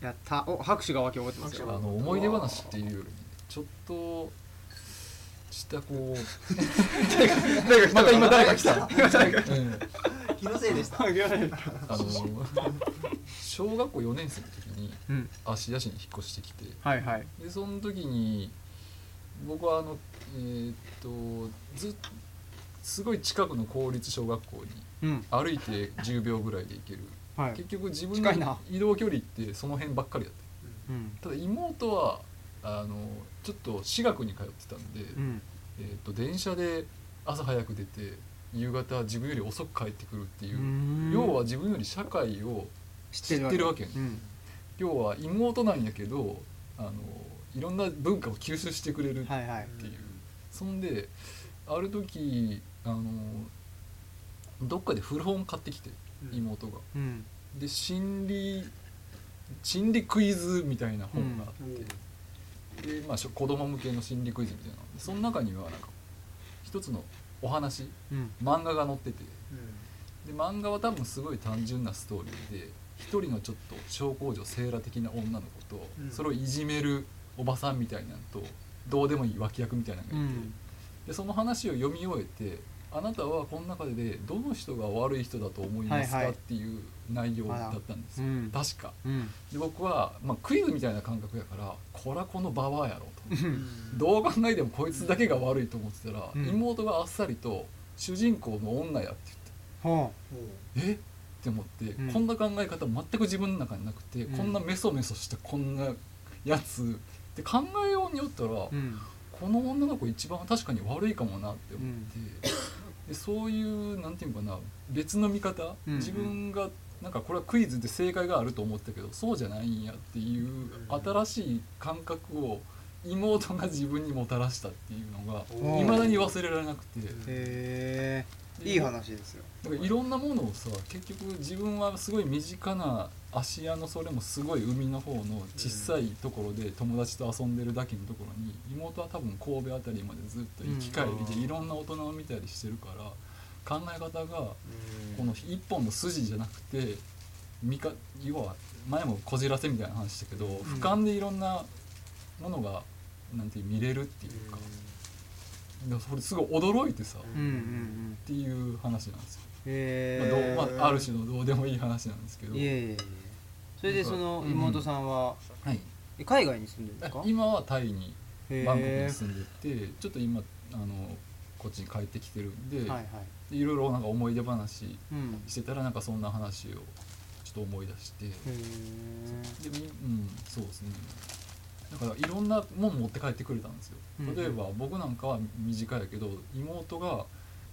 [SPEAKER 3] やったお拍手がわけ覚えてます
[SPEAKER 2] あ
[SPEAKER 3] よ
[SPEAKER 1] 拍手が
[SPEAKER 2] の思い出 話っていうよりねちょっとしたこうまた今誰か来た、うん
[SPEAKER 1] 気のせいでした
[SPEAKER 3] あげられる
[SPEAKER 2] あの小学校4年生の時に
[SPEAKER 3] うん
[SPEAKER 2] 芦屋市に引っ越してきて
[SPEAKER 3] はいはい
[SPEAKER 2] でその時に僕はあのえーっとずっすごい近くの公立小学校に
[SPEAKER 3] うん
[SPEAKER 2] 歩いて10秒ぐらいで行ける
[SPEAKER 3] はい
[SPEAKER 2] 結局自分
[SPEAKER 3] 近いな
[SPEAKER 2] の移動距離ってその辺ばっかりだった
[SPEAKER 3] うん
[SPEAKER 2] ただ妹はあのちょっと私学に通ってたんで、
[SPEAKER 3] うん
[SPEAKER 2] えーっと電車で朝早く出て夕方自分より遅く帰ってくるっていうう、
[SPEAKER 3] ん
[SPEAKER 2] 要は自分より社会を
[SPEAKER 3] 知
[SPEAKER 2] 知ってるわけ
[SPEAKER 3] うん
[SPEAKER 2] 要は妹なんやけどあのいろんな文化を吸収してくれる、
[SPEAKER 3] はいはい
[SPEAKER 2] ていうそんである時あのどっかで古本買ってきて
[SPEAKER 1] うん
[SPEAKER 2] 妹が、
[SPEAKER 3] うん
[SPEAKER 2] で心理心理クイズみたいな本があ
[SPEAKER 1] うん
[SPEAKER 2] って、でまあ、しょ子供向けの心理クイズみたいなのでその中にはなんか一つのお話
[SPEAKER 3] うん
[SPEAKER 2] 漫画が載ってて
[SPEAKER 1] うん
[SPEAKER 2] で漫画は多分すごい単純なストーリーで一人のちょっと小公女セーラ的な女の子と、
[SPEAKER 1] うん
[SPEAKER 2] それをいじめるおばさんみたいなのとどうでもいい脇役みたいなのが
[SPEAKER 3] う
[SPEAKER 2] いて、
[SPEAKER 3] ん
[SPEAKER 2] でその話を読み終えてあなたはこの中でどの人が悪い人だと思いますか、
[SPEAKER 3] はいはい
[SPEAKER 2] っていう内容だったんです
[SPEAKER 3] う
[SPEAKER 2] よ、
[SPEAKER 3] ん
[SPEAKER 2] 確か
[SPEAKER 3] うん
[SPEAKER 2] で僕は、まあ、クイズみたいな感覚やからこらこのババアやろと
[SPEAKER 1] うん
[SPEAKER 2] どう考えてもこいつだけが悪いと思ってたら、
[SPEAKER 3] うん
[SPEAKER 2] 妹があっさりと主人公の女やって言って。
[SPEAKER 3] ほ
[SPEAKER 1] ほう
[SPEAKER 2] えって思って、
[SPEAKER 3] うん
[SPEAKER 2] こんな考え方全く自分の中になくて、
[SPEAKER 3] うん
[SPEAKER 2] こんなメソメソしたこんなやつって考えようによったら、
[SPEAKER 3] ううん
[SPEAKER 2] この女の子一番確かに悪いかもなって思って、
[SPEAKER 3] うん
[SPEAKER 2] でそういうなんていうのかな別の見方、
[SPEAKER 3] うん
[SPEAKER 2] 自分がなんかこれはクイズで正解があると思ったけどそうじゃないんやっていう
[SPEAKER 1] うん
[SPEAKER 2] 新しい感覚を妹が自分にもたらしたっていうのが
[SPEAKER 1] お
[SPEAKER 3] ー
[SPEAKER 2] 未だに忘れられなくて。
[SPEAKER 3] へえいい話ですよ
[SPEAKER 2] なんかいろんなものをさ結局自分はすごい身近な芦屋のそれもすごい海の方の小さいところで友達と遊んでるだけのところに妹は多分神戸あたりまでずっと行き帰り
[SPEAKER 1] うん
[SPEAKER 2] でいろんな大人を見たりしてるから考え方が
[SPEAKER 1] うん
[SPEAKER 2] この一本の筋じゃなくて見か要は前もこじらせみたいな話したけど俯瞰でいろんなものがなんていう見れるっていうかだからそれすごい驚いてさ
[SPEAKER 3] うんう
[SPEAKER 2] っ
[SPEAKER 3] んうん
[SPEAKER 2] ていう話なんですよ。まあ
[SPEAKER 3] へ
[SPEAKER 2] どう
[SPEAKER 3] え
[SPEAKER 2] まあ、ある種のどうでもいい話なんですけど、
[SPEAKER 3] いえいえいえそれでその妹さんは
[SPEAKER 2] はい、
[SPEAKER 3] え海外に住んでるんですか
[SPEAKER 2] 今はタイに
[SPEAKER 3] へー
[SPEAKER 2] バンコクに住んでてちょっと今あのこっちに帰ってきてるんで、
[SPEAKER 3] はいはい
[SPEAKER 2] でいろいろなんか思い出話
[SPEAKER 3] うんへ
[SPEAKER 2] してたらなんかそんな話をちょっと思い出してで
[SPEAKER 3] え
[SPEAKER 2] みうんそうですねだからいろんなもん持って帰ってくれたんですよ
[SPEAKER 3] うん
[SPEAKER 2] 例えば僕なんかは短いやけど妹が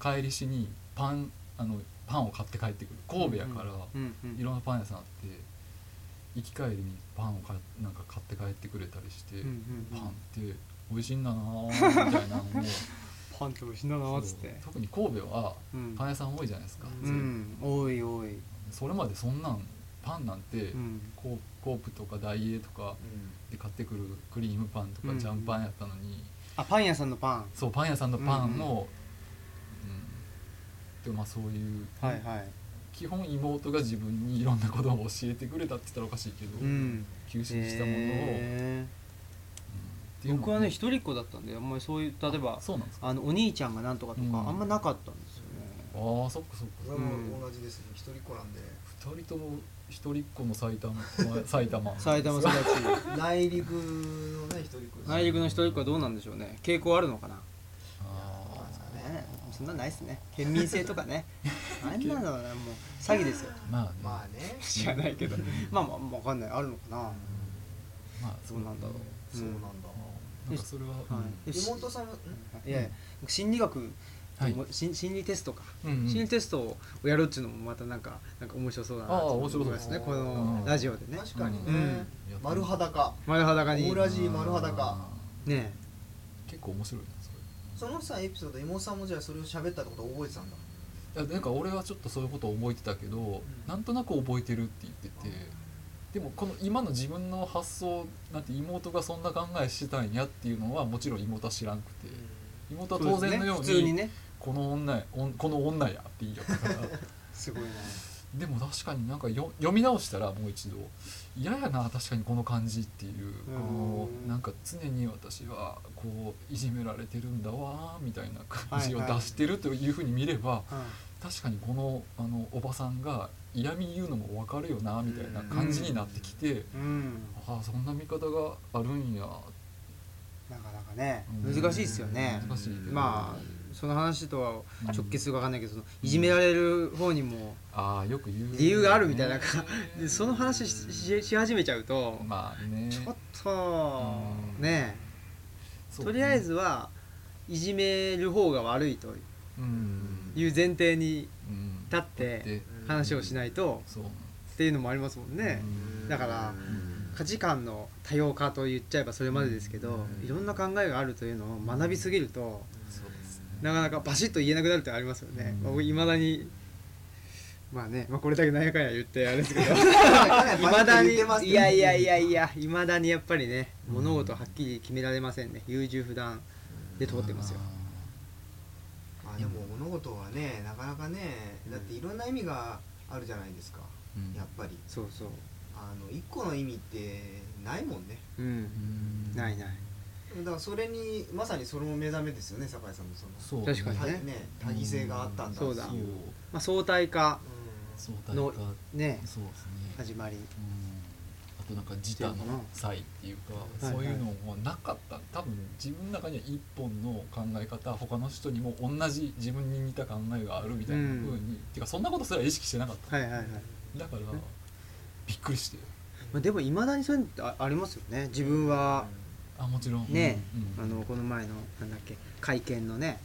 [SPEAKER 2] 帰りしにパンあのパンを買って帰ってくる神戸やから、
[SPEAKER 3] うんうん
[SPEAKER 2] いろんなパン屋さんあって行き帰りにパンをかなんか買って帰ってくれたりして、
[SPEAKER 3] うんうんう
[SPEAKER 2] パ
[SPEAKER 3] ん
[SPEAKER 2] ンって美味しいんだなーみたいなの も
[SPEAKER 3] パンって美味しいんだなっつって
[SPEAKER 2] 特に神戸は
[SPEAKER 3] うん
[SPEAKER 2] パン屋さん多いじゃないですか、
[SPEAKER 1] う
[SPEAKER 3] うん多い多い
[SPEAKER 2] それまでそんなんパンなんて、
[SPEAKER 3] うん
[SPEAKER 2] コーコープとかダイエーとかで買ってくるクリームパンと
[SPEAKER 3] う
[SPEAKER 2] か
[SPEAKER 3] ん
[SPEAKER 2] ジャンパンやったのに、
[SPEAKER 3] あパン屋さんのパン
[SPEAKER 2] そうパン屋さんのパンも、うんでもまあそういう、
[SPEAKER 3] はいはい
[SPEAKER 2] 基本妹が自分にいろんなことを教えてくれたって言ったらおかしいけど、
[SPEAKER 3] うん
[SPEAKER 2] 吸収したものを、
[SPEAKER 3] へ
[SPEAKER 2] ってい
[SPEAKER 3] え
[SPEAKER 2] うの
[SPEAKER 3] 僕はね
[SPEAKER 2] も
[SPEAKER 3] 一人っ子だったんであんまりそういう例えば
[SPEAKER 2] そうなんですか
[SPEAKER 3] あのお兄ちゃんがなんとかと
[SPEAKER 2] うん
[SPEAKER 3] かあんまなかったんですよね
[SPEAKER 2] ああそっかそっ
[SPEAKER 1] 俺
[SPEAKER 2] か
[SPEAKER 1] も同じですね一人っ子なんで
[SPEAKER 2] 二人とも一人っ子の埼玉埼玉
[SPEAKER 3] 埼玉 育ち
[SPEAKER 1] 内陸のね一人っ子です
[SPEAKER 3] 内陸の一人っ子はどうなんでしょうね傾向あるのかな
[SPEAKER 2] あ
[SPEAKER 3] なんですか
[SPEAKER 2] あ
[SPEAKER 3] ねそんなのないっすね県民性とか ねあんなのはねもう詐欺ですよ
[SPEAKER 2] まあ、ね、
[SPEAKER 1] まあね
[SPEAKER 3] 知らないけ どまあまあ分かんないあるのかな
[SPEAKER 2] まあそ
[SPEAKER 3] ど
[SPEAKER 2] う
[SPEAKER 3] う
[SPEAKER 2] な
[SPEAKER 3] なんんだろう
[SPEAKER 1] そうなんだ
[SPEAKER 2] なんかそれは、
[SPEAKER 3] うんはい
[SPEAKER 2] うん
[SPEAKER 3] えし
[SPEAKER 1] 妹さんがん
[SPEAKER 3] いやいや心理学
[SPEAKER 2] はい
[SPEAKER 3] もう心心理テストか、
[SPEAKER 2] うんうん
[SPEAKER 3] 心理テストをやるっていうのもまたなんかなんか面白そうだな
[SPEAKER 2] ああ
[SPEAKER 3] と
[SPEAKER 2] 面白
[SPEAKER 3] 思い
[SPEAKER 2] そ
[SPEAKER 3] うますねこ
[SPEAKER 2] うん
[SPEAKER 3] のラジオでね
[SPEAKER 1] 確かに
[SPEAKER 2] う
[SPEAKER 1] ね
[SPEAKER 3] ん
[SPEAKER 2] やっ。ぱり
[SPEAKER 1] 丸裸。
[SPEAKER 3] 丸裸に
[SPEAKER 1] オムラジ丸裸
[SPEAKER 3] ね
[SPEAKER 2] 結構面白いなそれ
[SPEAKER 1] そのさエピソード、妹さんもじゃあそれを喋ったってこと覚えてたんだ。
[SPEAKER 2] いやなんか俺はちょっとそういうことを覚えてたけど、なんとなく覚えてるって言っててでもこの今の自分の発想なんて妹がそんな考えしてたんやっていうのはもちろん妹は知らんくて妹は当然のよう
[SPEAKER 3] そ
[SPEAKER 2] に
[SPEAKER 3] ですね普通にね
[SPEAKER 2] この女やおんこの女やって言いよったから
[SPEAKER 3] すごいな
[SPEAKER 2] でも確かになんかよ読み直したらもう一度嫌やな確かにこの感じっていう
[SPEAKER 3] うん
[SPEAKER 2] こうなんか常に私はこういじめられてるんだわーみたいな感じを
[SPEAKER 3] はいはい
[SPEAKER 2] 出してるというふうに見れば、
[SPEAKER 3] うん
[SPEAKER 2] 確かにこのあのおばさんが嫌み言うのも分かるよなみたいな感じになってきて、
[SPEAKER 3] うん
[SPEAKER 2] ああそんな見方があるんや
[SPEAKER 3] なかなかね
[SPEAKER 2] うん
[SPEAKER 3] 難しいですよね
[SPEAKER 2] 難しいけど
[SPEAKER 3] まあその話とは
[SPEAKER 2] うん
[SPEAKER 3] 直結するか分かんないけどそのいじめられる方にも
[SPEAKER 2] ああよく言う、
[SPEAKER 3] 理由があるみたいな感
[SPEAKER 2] ね
[SPEAKER 3] でその話ししし始めちゃうと
[SPEAKER 2] まあね
[SPEAKER 3] ちょっと
[SPEAKER 2] うん
[SPEAKER 3] ね
[SPEAKER 2] そう
[SPEAKER 3] とりあえずはいじめる方が悪いと
[SPEAKER 2] うん
[SPEAKER 3] いう前提に
[SPEAKER 2] うん
[SPEAKER 3] 立って話をしないと
[SPEAKER 2] そう
[SPEAKER 3] っていうのもありますもんね
[SPEAKER 2] うん
[SPEAKER 3] だから
[SPEAKER 2] うん
[SPEAKER 3] 価値観の多様化と言っちゃえばそれまでですけど
[SPEAKER 2] うん
[SPEAKER 3] いろんな考えがあるというのを学びすぎると
[SPEAKER 2] そうですね
[SPEAKER 3] なかなかバシッと言えなくなるってありますよね
[SPEAKER 2] うん
[SPEAKER 3] まあ僕いまだにまあね、まあ、これだけ何やかんや言ってあれですけどい まだにいやいやいやいやいまだにやっぱりね
[SPEAKER 2] うん
[SPEAKER 3] 物事はっきり決められませんね優柔不断で通ってますよ
[SPEAKER 1] まあでも物事はねなかなかねだっていろんな意味があるじゃないですか
[SPEAKER 2] うん
[SPEAKER 1] やっぱり
[SPEAKER 3] そうそう
[SPEAKER 1] あの一個の意味ってないもんね
[SPEAKER 3] うん
[SPEAKER 2] うん
[SPEAKER 3] ないない
[SPEAKER 1] だからそれにまさにその目覚めですよね酒井さんのその
[SPEAKER 2] そう
[SPEAKER 3] 確かに
[SPEAKER 1] 多
[SPEAKER 3] ね
[SPEAKER 1] ね多義性があったんだ
[SPEAKER 3] そうだまあ、相対化
[SPEAKER 2] そう
[SPEAKER 3] の
[SPEAKER 2] 大化
[SPEAKER 3] ね
[SPEAKER 2] そうですね
[SPEAKER 3] 始まり
[SPEAKER 2] うんあとなんか自他の際っていうか
[SPEAKER 3] はい
[SPEAKER 2] そういうのもなかった多分自分の中には一本の考え方他の人にも同じ自分に似た考えがあるみたいなふうに、
[SPEAKER 3] うん
[SPEAKER 2] てかそんなことすら意識してなかった
[SPEAKER 3] はいはいはい、
[SPEAKER 2] だからびっくりして
[SPEAKER 3] まあ、でもいまだにそういうのってあありますよね自分は
[SPEAKER 2] あもちろん
[SPEAKER 3] ね、
[SPEAKER 2] うん
[SPEAKER 3] あのこの前のなんだっけ会見のね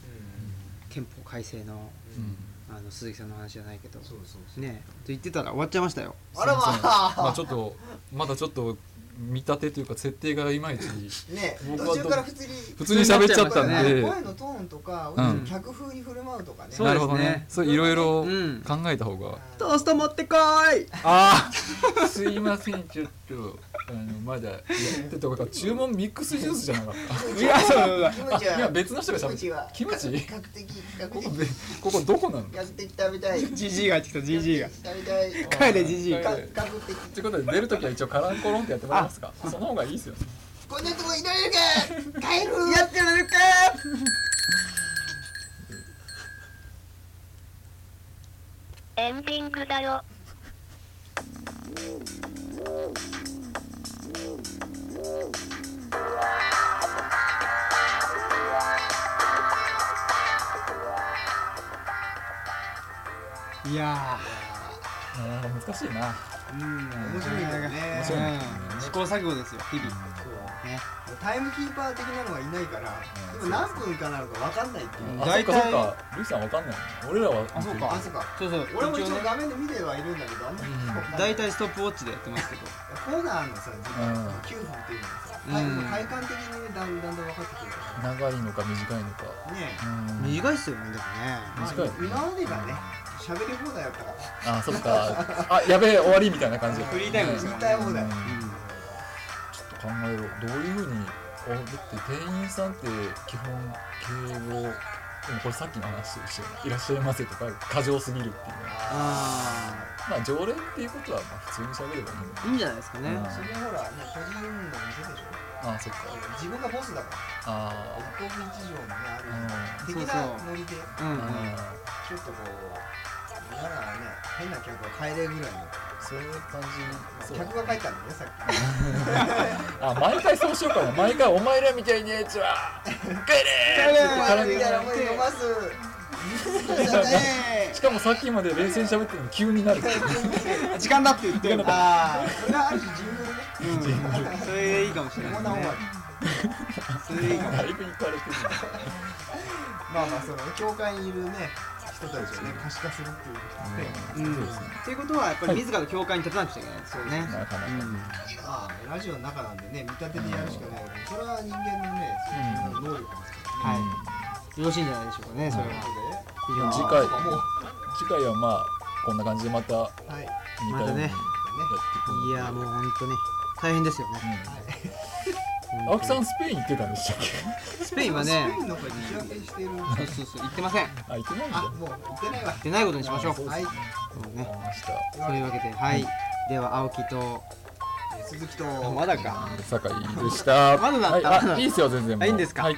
[SPEAKER 1] う
[SPEAKER 3] 憲法改正の
[SPEAKER 1] んうん
[SPEAKER 2] うん
[SPEAKER 3] あの鈴木さんの話じゃないけど
[SPEAKER 1] そうそうそう
[SPEAKER 3] ねと言ってたら終わっちゃいましたよ
[SPEAKER 1] あらます
[SPEAKER 2] いせん
[SPEAKER 1] あ
[SPEAKER 2] まあちょっとまだちょっと見立てというか設定がいまいち
[SPEAKER 1] ね
[SPEAKER 2] 僕は
[SPEAKER 1] 途中から普通に
[SPEAKER 2] 普通に喋っちゃったん
[SPEAKER 3] 普通
[SPEAKER 2] で、
[SPEAKER 3] に
[SPEAKER 1] 声のトーンとか
[SPEAKER 2] うん
[SPEAKER 1] 客風に振る舞うとかね
[SPEAKER 3] そう
[SPEAKER 2] なるほどねそれいろいろ
[SPEAKER 3] うん
[SPEAKER 2] 考えた方が、
[SPEAKER 3] トースト持ってこい
[SPEAKER 2] ああすいませんちょっとあのまだやってたから注文ミックスジュースじゃなかっ
[SPEAKER 1] いやそうだ
[SPEAKER 2] たあいや別の人がしゃべって
[SPEAKER 1] は
[SPEAKER 2] キムチ
[SPEAKER 1] 比較的比較
[SPEAKER 2] ここ
[SPEAKER 1] 的
[SPEAKER 2] べここどこなの
[SPEAKER 1] やって食べたい
[SPEAKER 3] ジジイがやってきたジジイが
[SPEAKER 1] 食べたい
[SPEAKER 3] 帰れじじい
[SPEAKER 2] 帰
[SPEAKER 1] か
[SPEAKER 2] れ
[SPEAKER 1] 比較的
[SPEAKER 2] ということで出るときは一応カランコロンってやってもらえ ますかその方がいいですよね
[SPEAKER 1] こんなとこいられるか帰る
[SPEAKER 3] やってられるか
[SPEAKER 5] エンディングだよ。
[SPEAKER 3] いや
[SPEAKER 2] あー難しいな
[SPEAKER 3] ーうん
[SPEAKER 1] 面白いよね
[SPEAKER 3] 面白いね試行錯誤ですよ日々ね
[SPEAKER 1] タイムキーパー的なのがいないから今何分かなのか分かんないっていう
[SPEAKER 2] あそっ
[SPEAKER 3] 大
[SPEAKER 2] か
[SPEAKER 3] 体
[SPEAKER 2] そっかルイさんわかんないね俺らは
[SPEAKER 3] あそう
[SPEAKER 1] あ
[SPEAKER 3] か
[SPEAKER 1] そうか
[SPEAKER 3] そうそう
[SPEAKER 1] 俺も一
[SPEAKER 3] 一応
[SPEAKER 1] 応
[SPEAKER 3] ね
[SPEAKER 1] 画面で見てはいるんだけどあんまり
[SPEAKER 2] うん
[SPEAKER 3] 大体ストップウォッチでやってますけど
[SPEAKER 1] コーナーのさ時間
[SPEAKER 2] う
[SPEAKER 1] 9
[SPEAKER 2] ん
[SPEAKER 1] 分っていうのがさ
[SPEAKER 3] うん
[SPEAKER 1] 体もう体感的にねだんだんだん分かってくるか
[SPEAKER 2] 長いのか短いのか
[SPEAKER 1] らね
[SPEAKER 2] う ん
[SPEAKER 3] 短いっすよねでもね
[SPEAKER 1] まあ
[SPEAKER 2] 短い
[SPEAKER 1] 今までがね喋り放題だったから
[SPEAKER 2] あそっかあやべえ終わりみたいな感じ
[SPEAKER 3] フリータイムです
[SPEAKER 1] 言
[SPEAKER 3] よ
[SPEAKER 1] いたい放題
[SPEAKER 2] うん
[SPEAKER 3] うん
[SPEAKER 2] ちょっと考えろどういうふうにあだって店員さんって基本敬語でもこれさっきの話と一緒やないらっしゃいませとか過剰すぎるっていうのは
[SPEAKER 3] あ
[SPEAKER 2] まあ常連っていうことはまあ普通に喋ればいいの
[SPEAKER 3] あいいんじゃないですかね
[SPEAKER 2] うん
[SPEAKER 1] それほらね個人の店でしょ
[SPEAKER 2] ああそっか
[SPEAKER 1] 自分がボスだから
[SPEAKER 2] あ
[SPEAKER 1] 一国一条のねある
[SPEAKER 2] あ
[SPEAKER 1] 的なノリで
[SPEAKER 3] うんう
[SPEAKER 2] うん
[SPEAKER 3] ん
[SPEAKER 1] ちょっとこう嫌なね変な客は帰れぐらいの
[SPEAKER 2] そういう感じそう
[SPEAKER 1] 客が帰ったんだよねさっき
[SPEAKER 2] あ毎回そうしようかな毎回お前らみたいなやつは帰れ
[SPEAKER 3] 帰れ
[SPEAKER 2] って
[SPEAKER 1] あ
[SPEAKER 2] 絡
[SPEAKER 1] る
[SPEAKER 2] み
[SPEAKER 1] み
[SPEAKER 2] な
[SPEAKER 1] たいな
[SPEAKER 2] がら
[SPEAKER 1] 思い飲ます
[SPEAKER 2] しかもさっきまで冷静に喋ってるのに急になる
[SPEAKER 3] あ時間だって言って
[SPEAKER 1] ああそれはある種自分ね
[SPEAKER 3] うんそれいいかもしれない
[SPEAKER 1] こ
[SPEAKER 3] で
[SPEAKER 1] ん
[SPEAKER 3] す
[SPEAKER 1] な
[SPEAKER 3] ね
[SPEAKER 1] 終わそれ以外
[SPEAKER 2] だいぶ行かれてる
[SPEAKER 1] まあまあその教会にいるね人たちをね可視化するっていうね、
[SPEAKER 3] うん
[SPEAKER 2] そうですね
[SPEAKER 3] っていうことはやっぱり自ら教会に立たなくちゃいけないですよね、
[SPEAKER 2] なかなか
[SPEAKER 1] まあラジオの中なんでね見立てでやるしかないからそれは人間のねその能力ですからね、
[SPEAKER 3] はいよろしいんじゃないでしょうかねそれは非常に
[SPEAKER 2] 次
[SPEAKER 1] あ
[SPEAKER 2] 回
[SPEAKER 1] そうかもう
[SPEAKER 2] 次回はまあこんな感じでまた似
[SPEAKER 1] はいね
[SPEAKER 2] たようにやってい
[SPEAKER 3] い
[SPEAKER 2] く
[SPEAKER 3] やもう本当ね大変ですよね
[SPEAKER 2] うん青木さんスペイン行ってたんでしたっけ
[SPEAKER 3] スペインは
[SPEAKER 1] スペイ
[SPEAKER 3] ね
[SPEAKER 1] ンの方に日焼けしてる
[SPEAKER 3] そうそうそう行ってません行
[SPEAKER 2] あ行ってないんだ
[SPEAKER 1] あもう行ってないわ
[SPEAKER 3] ってないことにしましょう
[SPEAKER 1] はい
[SPEAKER 3] そうね
[SPEAKER 2] あ明日
[SPEAKER 3] というわけではいでは青木と
[SPEAKER 1] 鈴木と
[SPEAKER 3] まだか
[SPEAKER 2] 酒井でした。
[SPEAKER 3] まだだった
[SPEAKER 2] はいあ、いいですよ、全然もう。
[SPEAKER 3] あいいんですか
[SPEAKER 2] はい。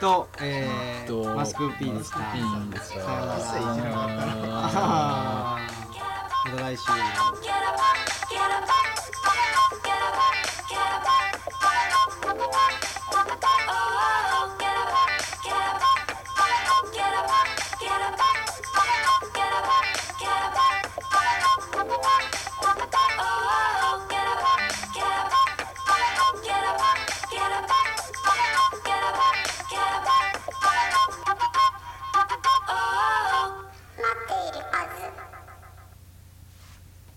[SPEAKER 3] と、え
[SPEAKER 2] えっと
[SPEAKER 3] ー、マスク P でした
[SPEAKER 2] マスク P でし
[SPEAKER 3] さ
[SPEAKER 2] た。
[SPEAKER 3] ようなら
[SPEAKER 2] あー
[SPEAKER 3] あーまた来週
[SPEAKER 6] Get up, get up,